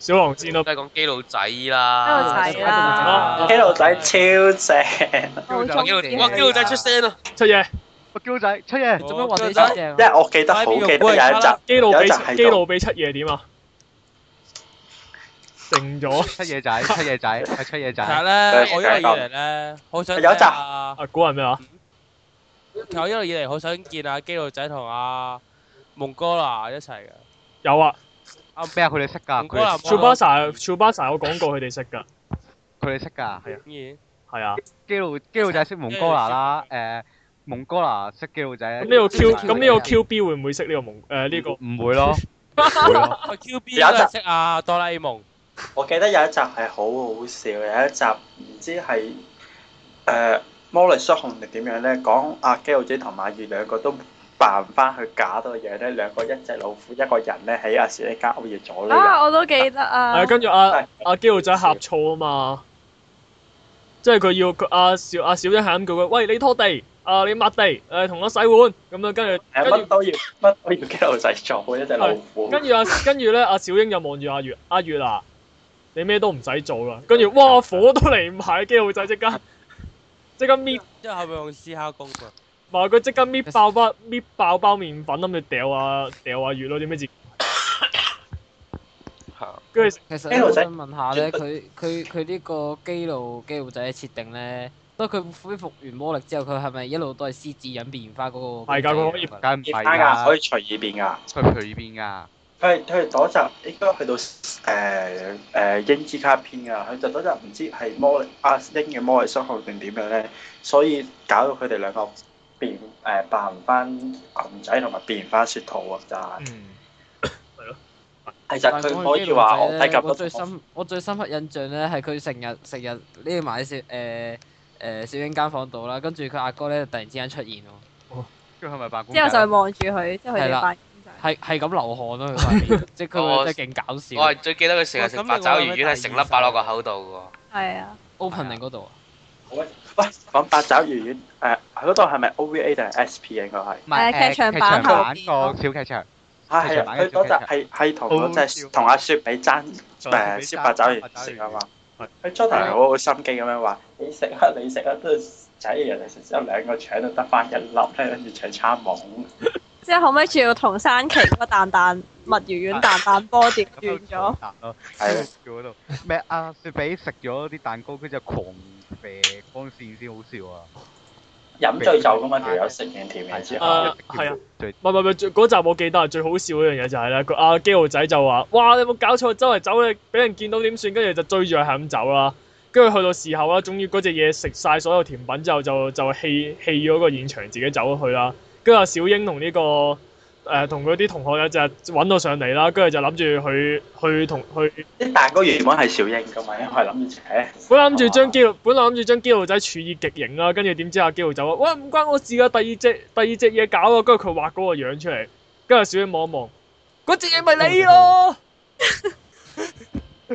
C: 小狼先啦
D: 都，係講基佬仔
H: 喺
D: 啦。
H: 度睇
G: 啊
C: 啊
H: 啦，
A: 基佬仔超正，
H: 我好
D: 哇
H: 中
D: 基
H: 意
D: 佬
H: 嘅
D: 哇基佬仔出聲咯！
C: 出嘢。
F: 喂，嬌仔出嘢，
G: 你做咩話
E: 我
G: 你啊
E: 覺得
G: 出正
A: 因為我記得好記得有一集
C: 基佬
A: 有
C: 比
A: 一集係
C: 基佬比七夜點啊？靜咗
F: 出嘢仔，出嘢仔，係出嘢
E: 其實
F: 仔。
E: 咧，我一路以嚟咧，好想
A: 有一集
E: 聽啊
C: 啊！估人咩話？
E: 其實我一路以嚟好想見阿基佬仔同阿蒙哥拿一齊嘅。
C: 有啊
F: 咩啊？佢哋識㗎，佢哋
G: 哦
E: 蒙古男
C: ，Chubasa，Chubasa 有廣告佢哋識㗎，
F: 佢哋識㗎。
E: 咦
C: 係啊。
F: 基佬基佬仔識蒙哥拿啦，誒蒙哥拿識基佬仔。
C: 咁呢個 Q，
F: 識
C: 咁呢個 Q B 會唔會識呢個 蒙誒呢個？
F: 唔會咯，會咯。
C: 啊
E: 佢 Q B
A: 有一集
E: 都識阿哆啦 A 夢，
A: 我記得有一集係好好笑，有一集唔知係呃誒魔力失控定點樣咧，講阿基奧子同馬爾兩個都扮翻去假到樣咧，兩個一隻老虎，一個人咧喺阿史呢間屋要左呢人。
H: 啊，我都記得啊
C: 係。跟住阿
A: 係
C: 阿基佬仔呷醋啊嘛，即係佢要佢阿小阿小姐係咁叫佢，喂你拖地，啊你抹地，誒同我洗碗咁樣，跟住
A: 誒
C: 跟
A: 乜
C: 住
A: 都要乜都要基佬仔做一隻老虎。
C: 跟住阿跟住咧阿小英就望住阿月阿月啊，你咩都唔使做啦，跟住哇火都嚟埋，基佬仔即 刻即刻搣
E: 之後係咪用思考工具？
C: 話佢即刻搣爆包搣爆包麵粉，諗住掉啊掉啊月咯，點解自跟住
G: 其實
A: 基佬
G: 我
A: 仔
G: 想問下咧，佢佢佢呢個基佬基佬仔嘅設定咧，當佢恢復完魔力之後，佢係咪一路都係獅子人變化嗰個？
C: 係㗎佢可以
F: 梗唔係
A: 啱㗎，
C: 啊
A: 可
F: 㗎
A: 以，隨意變啊㗎。
F: 去佢邊㗎。
A: 佢係佢係嗰集應該去到誒誒、英之卡篇啊，佢就嗰集唔知係魔力阿英嘅魔力失控定點樣咧，所以搞到佢哋兩個變誒、扮翻銀仔同埋變翻雪兔啊！就係
C: 嗯。
A: 係就
G: 但係
A: 佢
G: 講
A: 可
G: 起
A: 以話我
G: 基佬仔
A: 睇
G: 咧
A: 咁
G: 我
A: 多
G: 最
A: 套，
G: 深我最深刻印象咧係佢成日成日匿埋喺小誒誒小英間房度啦，跟住佢阿哥咧突然之間出現喎，
F: 跟住佢咪扮公
H: 之後
F: 仔
H: 就
F: 咯。
H: 望住佢，之後佢哋發
G: 係係咁流汗咯，佢塊面即係佢
D: 我
G: 真係勁搞
D: 我係
G: 笑。
D: 最記得佢成日食八爪魚丸係成粒擺落個口度
H: 係啊，
G: opening 嗰度啊，
A: 喂講八爪魚丸誒，佢嗰度係咪 OVA 定係 SP 啊應該係？
F: 唔係
H: 誒劇場版
F: 劇場版
H: 後
F: 個小劇場。
A: 啊係啊，佢嗰集係係同嗰隻同阿雪美爭誒燒八爪魚食啊嘛。佢初頭係啊好好心機咁樣話：你食啊，你食啊，都仔人哋食之後兩個搶到得翻一粒咧，跟住搶餐網。
H: 之後後尾仲要同山崎嗰個蛋蛋墨魚丸蛋蛋波調轉 咗，
F: 咗。
A: 係啊
F: 叫嗰度咩啊？雪比食咗啲蛋糕，佢就狂射光線先好笑啊！
A: 飲醉酒咁嘛，條友食完甜嘢之後，
C: 啊係啊，唔係唔係唔係，最嗰集我記得係啊最好笑嗰樣嘢就係咧，個阿基佬仔就話：哇！你有冇搞錯？周圍走你俾人見到點算？跟住就追住佢係咁走啦。跟住去到事後啦，終於嗰只嘢食晒所有甜品之後，就就棄棄咗個現場，自己走咗去啦。跟住阿小英同呢、個誒同佢啲同學有隻揾到上嚟啦，跟住就諗住去去同去，
A: 啲蛋糕原本係小英噶嘛，因為諗住誒，
C: 本來諗住將基佬，本來諗住將基佬仔處以極刑啦，跟住點知阿基佬仔話：哇！唔關我事啊，第二隻第二隻嘢搞啊！跟住佢畫嗰個樣出嚟，跟住小英望一望，嗰隻嘢咪你咯。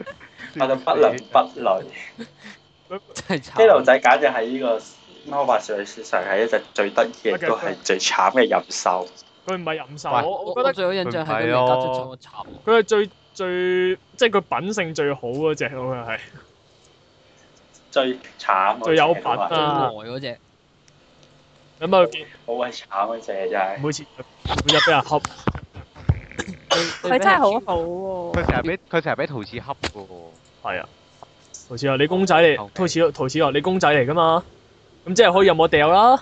A: 我就不倫不類。
G: 真係慘。
A: 基佬仔簡直係呢個魔法少女史上係一隻最得意，亦都係最慘嘅人獸。
C: 佢唔係任受，
F: 喂
C: 我
G: 我
C: 我
G: 覺
C: 覺
G: 得
C: 得
G: 最有印象係佢
F: 佢唔係啊
G: 離家出
F: 咯
G: 走嘅慘。
C: 佢係最最即係佢品性最好嗰只咯，佢係
A: 最慘，
C: 最有品啊
G: 最呆嗰只，
C: 咁啊見
A: 好鬼慘嗰隻真係。
C: 每次每日俾人恰，
H: 佢真係好好喎。
F: 佢成日俾佢成日俾陶瓷恰噶喎。
C: 係啊，陶似話你公仔嚟，
F: OK
C: 陶似陶似話你公仔嚟噶嘛，咁即係可以任我掉啦，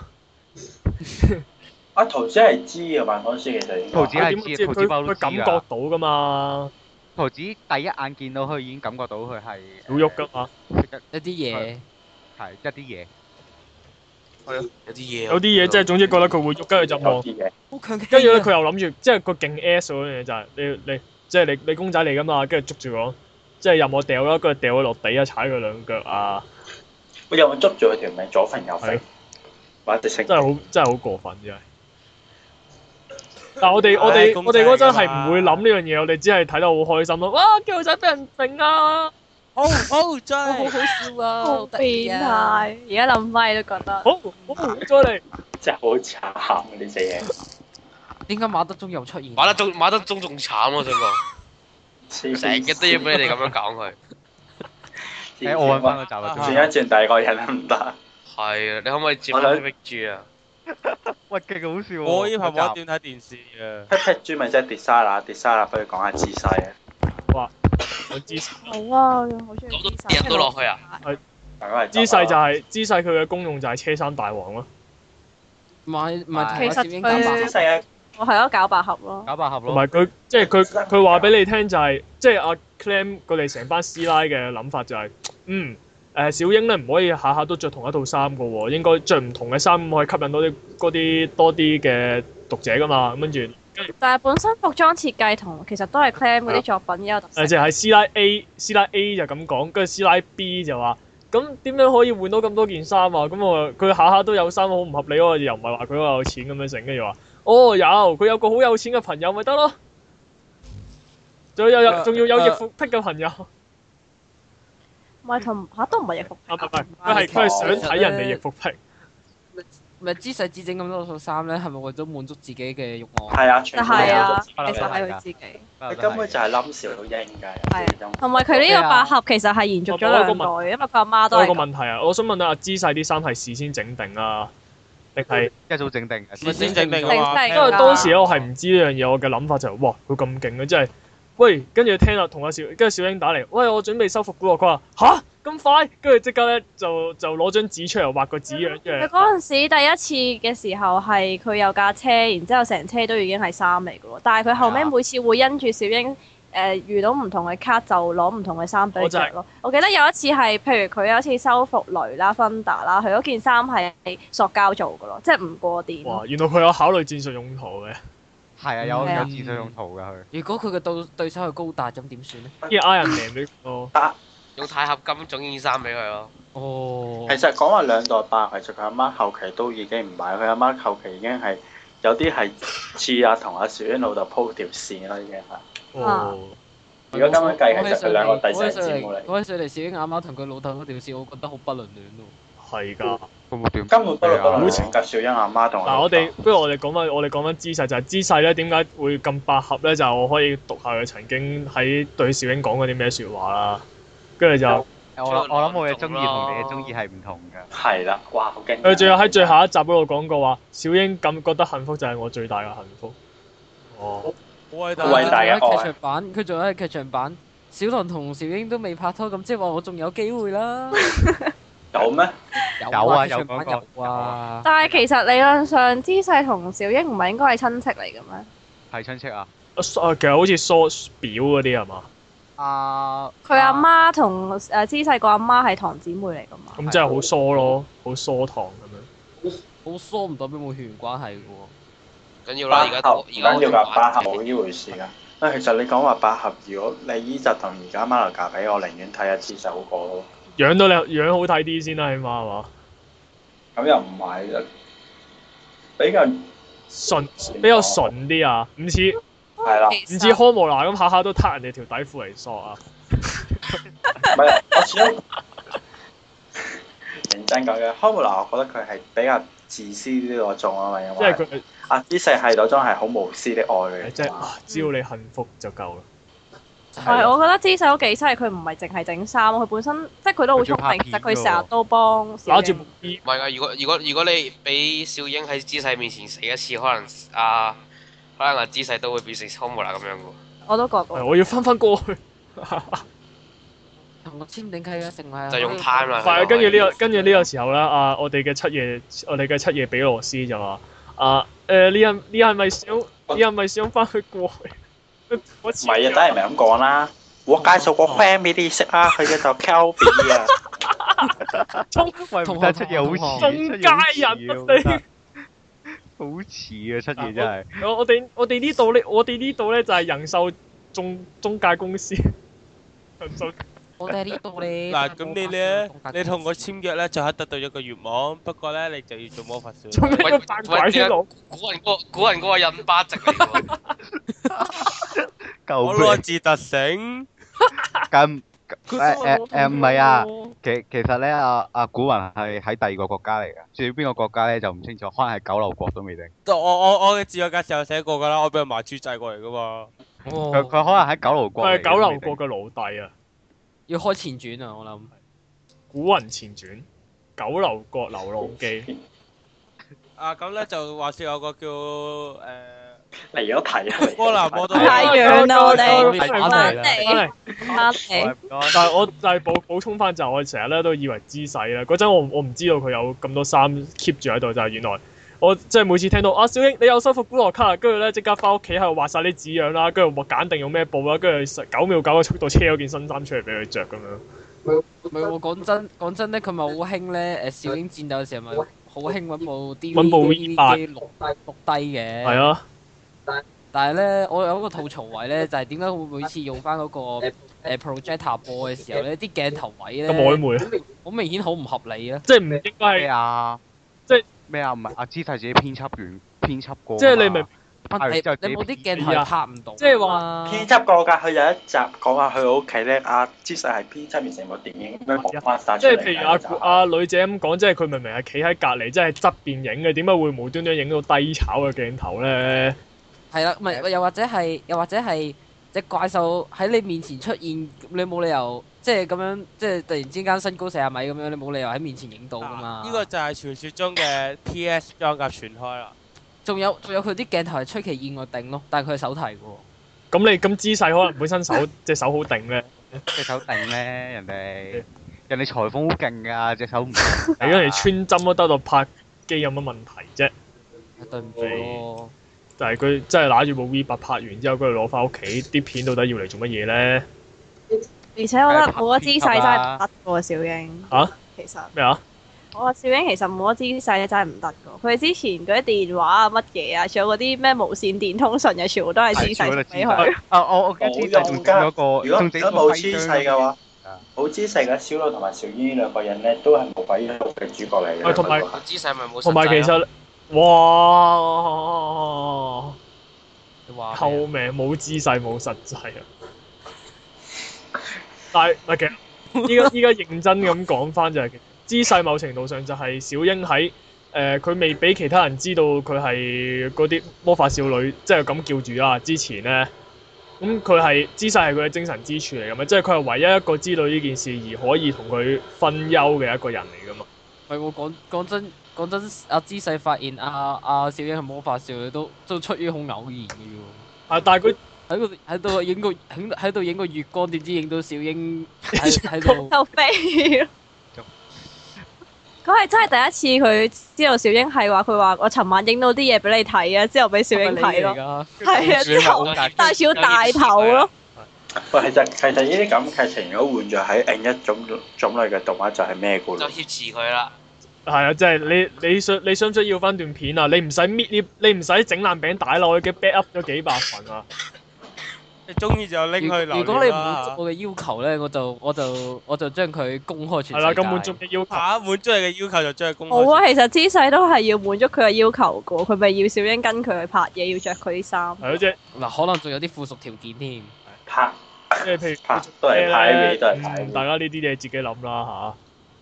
A: 啊，桃子係知嘅嘛，嗰時其實應該
F: 桃子
C: 佢
F: 係
C: 點
F: 知
C: 知
F: 佢
C: 佢
F: 知包都
C: 佢感
F: 知㗎
C: 覺到㗎嘛，
F: 桃子第一眼見到佢已經感覺到佢係
C: 要喐㗎嘛，
F: 識得
G: 一啲嘢，
F: 係一啲嘢。
D: 有啲嘢啊
C: 有啲嘢即係總之覺得佢會喐，跟住就望
A: 有，啲嘢。
G: 好強啊
C: 跟住咧佢又諗住，即係個勁 S 嗰樣嘢就係你你即係你你公仔嚟㗎嘛，跟住捉住我，即係任我掉啦，跟住掉佢落地啊，踩佢兩腳啊，
A: 佢有冇捉住佢條命左揈右揈
C: 係？
A: 或者食
C: 真係好真係好過分真係。但我哋我
E: 唉
C: 哋
E: 公
C: 我哋嗰陣
E: 仔
C: 係
E: 㗎嘛
C: 唔會諗呢樣嘢，我哋只係睇得好開心咯。哇！叫仔俾人揈啊，
E: 好好真
G: 好好
E: 係，
G: 笑啊，
H: 好
G: 得意
H: 變態，
G: 啊
H: 而家諗翻起都覺得。
C: 好好再 嚟。
A: 真係好慘啊！呢隻嘢，
G: 點解馬德鐘又出現？
D: 馬德中馬德中仲慘我想講，
A: 黐線
D: 成日都要俾你哋咁樣講佢。
A: 黐線
F: 誒，我揾翻個集啊！
E: 啊
A: 轉一轉第二個人唔得，
D: 係啊，你可唔可以接
A: 我想
D: 翻 Big G 啊？
F: 喂，勁好笑喎！
E: 我呢排冇
F: 嗰集
E: 得端睇電視啊。
A: 劈劈豬咪即係跌沙啦，跌沙啦，不如講下姿勢啊！
C: 我知姿
H: 好啊，我好中意
D: 攞到
H: 呢首
D: 入到落去啊！
A: 大家嚟走
C: 勢就
A: 啦
C: 係、姿勢，佢嘅功用就係車山大王咯。
G: 唔係唔係，
H: 其
G: 攝
H: 實
G: 影
H: 佢
G: 機
A: 姿勢啊！
H: 我係咯，搞百合咯。
F: 搞百合
C: 同
F: 咯，
C: 埋佢即係佢佢話俾你聽就係、即係阿 Clam 佢哋成班師奶嘅諗法就係、嗯誒、小英咧唔可以下下都着同一套衫嘅喎，應該着唔同嘅衫可以吸引到啲嗰啲多啲嘅讀者噶嘛。咁跟住
H: 但係本身服裝設計同其實都係 Clam 嗰啲作品有特色
C: 誒，就啊係師奶 A 師奶 A 就咁講，跟住師奶 B 就話。咁點樣可以換到咁多件衫啊？咁我佢下下都有衫，好唔合理喎！又唔係話佢好有錢咁樣成，跟住話哦有，佢有個好有錢嘅朋友咪得咯，仲有有
E: 誒
C: 仲要有
E: 誒
C: 易服癖嘅朋友，啊
H: 唔係同嚇都唔係易服
C: 唔啊係唔係，
H: 唔
C: 佢係
H: 係
C: 佢係想睇人哋易服癖，
G: 唔係姿勢指整咁多套衫咧，係咪為咗滿足自己嘅慾望？
A: 係啊，
H: 就
A: 全部都
H: 係啊，其
A: 有
H: 實係佢自己。
A: 你根本就係冧小英㗎，有啲咁
H: 同埋佢呢個百合其實係延續咗兩代，因為佢阿媽都
C: 我
H: 係
C: 有個
H: 咁。
C: 問題啊，我想問下姿勢啲衫係事先整定啊，定係
F: 一早整定嘅。
E: 咪先整定
H: 定
E: 啊嘛，
H: 定
C: 因為當時咧我係
E: 唔
C: 唔知呢樣嘢，我嘅諗法就係、哇佢咁勁嘅，真係喂，跟住聽啦，同阿小跟住小英打嚟，喂我準備收復古樂，佢話吓咁快，跟住即刻咧就就攞張紙出嚟畫個紙樣出
H: 佢
C: 嚟。
H: 嗰陣時第一次嘅時候係佢有架車，然之後成車都已經係衫嚟嘅喎。但係佢後尾每次會因住小英誒、呃遇到唔同嘅卡就攞唔同嘅衫俾佢著咯。我記得有一次係譬如佢有一次修復雷啦、芬達啦，佢嗰件衫係塑膠做嘅咯，即係唔過電咯。
C: 哇！原來佢有考慮戰術用途嘅，
F: 係啊，有
H: 係啊
F: 有智商用途㗎佢。
G: 如果佢嘅對對手係高達，咁點算咧？
C: 跟住 Iron Man 呢個哦
D: 用鈦合金整件衫俾佢咯。
G: 哦，
A: 其實講話兩代八，其實佢阿媽後期都已經唔買，佢阿媽後期已經係有啲係似阿同阿小英老豆鋪條線啦，已經係。
C: 哦，
A: 如果咁樣計，
G: 講
A: 其
G: 起
A: 實
G: 上
A: 佢兩個
G: 嚟
A: 弟
G: 講
A: 仔
G: 起上
A: 姊妹
G: 嚟，
A: 嚟，
G: 講起上嚟，小英阿媽同佢老豆嗰條線，我覺得好不倫戀喎。
C: 係㗎。
F: 根本點？
A: 根本不老不老
C: 好
A: 情
C: 似
A: 及小英阿媽同
C: 啊嗱，我哋不如我哋講翻，我哋講翻姿勢就係、姿勢咧，點解會咁百合咧？就係我可以讀下佢曾經喺對小英講過啲咩説話啦，跟住就。
F: 我諗我諗我嘅中意同你嘅中意係唔同㗎。
A: 係啦，哇，好勁！
C: 佢仲有喺最後一集嗰度講過話，小英咁覺得幸福就係我最大嘅幸福。哦，
E: 好偉
A: 好偉
E: 大，
A: 大嘅啊
G: 佢仲喺
A: 愛
G: 劇場版，佢仲喺劇場版，小龍同小英都未拍拖，咁即係話我仲有機會啦。
A: 有咩？
F: 有啊
G: 劇場版
F: 有講
G: 有啊。
H: 但係其實理論上姿勢同小英唔係應該係親戚嚟嘅咩？
F: 係親戚啊！
C: 啊，so- 啊其實好似梳表嗰啲係嘛？
F: 啊，
H: 佢阿媽同誒姿勢個阿媽係堂姊妹嚟㗎嘛？
C: 咁真係好疏咯，好疏堂咁
G: 好疏唔代表冇血緣關係嘅喎。
D: 緊要啦，
A: 八
D: 而家
A: 合
D: 都
A: 唔
D: 而
A: 緊
D: 家我
A: 要
D: 哋
A: 㗎，八合
D: 玩
A: 冇呢回事㗎。啊，其實你講話八合，如果你依集同而家馬來嫁俾我，寧願睇下姿勢好過咯。
C: 樣。養到你樣好睇啲先啦，起碼係嘛？
A: 咁又唔係，比較
C: 純比較純啲啊，唔似唔
A: 係啦。
H: 其實
C: 似康莫娜咁下下都撻人哋條底褲嚟索啊。
A: 唔係，我 始終認真講嘅。康姆娜，我覺得佢係比較自私啲嗰種啊嘛，因
C: 因為
A: 為
C: 佢
A: 阿姿勢係嗰種係好無私的愛嚟
C: 即係
A: 㗎嘛。
C: 啊，只要你幸福就夠啦。
H: 係，啊我覺得姿勢好幾犀利，佢唔係淨係整衫，佢本身即係佢都好聰明，其實佢成日都幫小
C: 揦住部
H: 英。
C: 衣
D: 唔係啊！如果如果如果你俾小英喺姿勢面前死一次，可能啊，可能啊姿勢都會變成康姆娜咁樣嘅喎。
H: 我都覺
C: 係
H: 過。
C: 我要翻翻過去。
G: 同我簽定契啊，成
H: 嗯
G: 為
D: 就用 time 啦。
C: 係啊，
D: 佢
C: 跟住呢、
D: 就可以
C: 個跟住呢個時候咧，啊，我哋嘅七夜，我哋嘅七夜比羅斯就話，啊，誒你係你係咪想你係咪想翻去過去？我唔
A: 唔係啊，梗係唔係咁講啦。我介紹個 friend 俾你識啊，佢嘅就 Kelby 啊，
F: 喂，唔得出嘢好似，
C: 中間人啊你！
F: 好似啊，出嘢真係。
C: 我我哋我哋呢度咧，我哋呢度咧就係人壽中中介公司。人壽
G: 我哋喺呢度咧。
E: 嗱，咁你咧，你同我簽約咧，就可以得到一個願望，不過咧，你就要做魔法少
C: 做
E: 女。
C: 咩要扮鬼佬？
D: 古人嗰個古人嗰個印巴籍嚟嘅 喎，
E: 我
F: 救
E: 攞自特醒，
F: 咁誒誒誒唔係啊，其其實咧，阿阿古雲係喺第二個國家嚟嘅，至於邊個國家咧就唔清楚，可能係九樓國都未定。
E: 我我我嘅自我介紹有寫過㗎啦，我俾人賣豬仔過嚟㗎嘛。
F: 佢佢可能喺九樓國
C: 佢
F: 嚟
C: 係
F: 嘅。
C: 九
F: 都
C: 流
F: 未定
C: 國嘅奴隸啊！
G: 要開前傳啊！我諗
C: 《古雲前傳》《九流國流浪記》
E: 啊，咁咧就話説有個叫誒
A: 離咗題啊！離咗題
E: 波蘭波多
H: 太
E: 啊
H: 遠啦我哋
C: 翻
E: 翻
C: 嚟
E: 嚟
H: 翻
E: 啦
H: 嚟
C: 嚟。
H: 翻嚟，
F: 唔該
C: 但係我就係補補充翻就係我成日咧都以為姿勢啦，嗰陣我唔我唔知道佢有咁多衫 keep 住喺度，就係、原來我即係每次聽到啊小英你又收復古羅卡啦，跟住咧即刻翻屋企喺度畫晒啲紙樣啦，跟住我揀定用咩布啦，跟住十九秒九嘅速度車咗件新衫出嚟俾佢着咁樣。
G: 唔係我講真講真咧，佢咪好興咧誒少英戰鬥嘅時候咪好興揾部 D
C: 搵部
G: D 機
C: V8
G: 錄低錄低嘅。
C: 係啊，
G: 但係咧，我有一個吐槽位咧，就係點解會每次用翻嗰個誒 projector 播嘅時候咧，啲鏡頭位咧
C: 咁曖昧，
G: 好明顯好唔合理啊！
C: 即係唔應該
F: 咩
C: 係
F: 啊？
C: 即係
F: 咩啊？唔係阿姿睇自己編輯完編輯過啊嘛。
C: 即係你明
F: 係
G: 你
F: 就自己
G: 你冇啲鏡頭
C: 係啊
G: 係拍唔到，
C: 即係
G: 話
A: 編輯過㗎，佢有一集講話佢屋企咧，阿姿勢係編輯完成部電影咁樣講翻晒出
C: 即係
A: 嚟㗎。
C: 譬如阿古阿女姐咁講，即係佢明明係企喺隔離，即係側邊影嘅，點解會無端端影到低炒嘅鏡頭咧？
G: 係啦，唔係又或者係又或者係只怪獸喺你面前出現，你冇理由即係咁樣，即係突然之間身高四十米咁樣，你冇理由喺面前影到噶
E: 啊
G: 嘛？
E: 呢個就係傳説中嘅 PS 裝甲全開啦。
G: 仲有仲有佢啲鏡頭係出奇意外定咯，但係佢係手提嘅喎。
C: 咁你咁姿勢可能本身手 隻手好定咧，
F: 隻手定咧，人哋人哋裁縫好勁㗎，隻手唔定
C: 啊你嗰嚟穿針都得到拍機有乜問題啫？
G: 對唔住咯，
C: 就係佢真係拿住部 V 八拍完之後，佢攞翻屋企啲片到底要嚟做乜嘢咧？
H: 而且我覺得冇咗姿勢真係唔得嘅喎，小英。
C: 嚇
H: 其實
C: 咩啊？
H: 我話小英其實冇咗姿勢真係唔得嘅。佢之前嗰啲電話啊乜嘢啊，仲有嗰啲咩無線電通訊嘅，全部都係姿勢俾佢。
F: 啊！我我跟住就仲整咗
A: 如
C: 哦
F: 個，
A: 果
F: 仲
A: 如
F: 整咗
A: 果
F: 個
A: 冇姿勢嘅話，冇姿勢嘅小女同埋小姨呢兩個人咧，都係冇鬼用嘅主角嚟
C: 喂
A: 嘅。
C: 同埋
D: 個姿勢咪冇實際咯。啊
C: 同埋其實，哇，
G: 你話
C: 救
G: 咩啊
C: 命！冇姿勢冇實際啊！但係唔係其實依 家依家認真咁講翻就係、其實姿勢某程度上就係小英喺誒佢未俾其他人知道佢係嗰啲魔法少女，即係咁叫住啊啦。之前咧，咁佢係姿勢係佢嘅精神支柱嚟㗎嘛，即係佢係唯一一個知道呢件事而可以同佢分憂嘅一個人嚟㗎嘛。
G: 唔係我講講真講真，阿姿勢發現阿阿小英係魔法少女都都出於好偶然嘅啫
C: 啊！但係佢
G: 喎，喺個喺度影個喺喺度影個月光，點知影到小英 喺喺度。
H: 就 飛咯。佢係真係第一次，佢知道小英係話佢話我尋晚影到啲嘢俾你睇啊，之後俾小英睇咯，
G: 咯，
H: 係啊，之後戴住個 大頭
D: 啊
H: 咯，
A: 喂，其實其實呢啲咁劇情如果換咗喺另一種種類嘅動畫就係咩噶
D: 就
A: 啦？
D: 挟持佢啦。
C: 係啊，即係你你想你想唔想要翻段片啊？你唔使搣呢，你唔使整爛餅帶啦，我已經 back up 咗幾百份啊！
E: 你中意就拎去
G: 如
E: 留
G: 如果
E: 念
G: 你唔滿足
E: 啦。
G: 我嘅要求咧，我就我就我就將佢公開全
C: 係
G: 世
C: 啦，
G: 界。
C: 咁滿足嘅要求。
E: 嚇滿足你嘅要求就將佢公開。
H: 冇啊，其實姿勢都係要滿足佢嘅要求噶，佢咪要小英跟佢去拍嘢，要着佢啲衫。
C: 係咯，即係
G: 嗱，可能仲有啲附屬條件添。
A: 拍
C: 即係譬如
A: 拍都係派嘢，都係派
C: 嗯大家呢啲嘢自己諗啦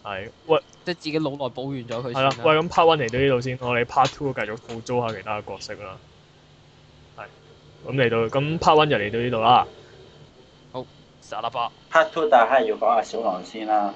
C: 吓，係喂
G: 即係自己腦內補完咗佢
C: 係
G: 先
C: 啦
G: 啦。，
C: 喂咁 part one 嚟到呢度先，我哋 part two 繼續捕捉下其他嘅角色啦。係咁嚟到咁 part one 就嚟到呢度啦。
G: 沙拉巴。
A: Part Two，但係要講下小狼先啦。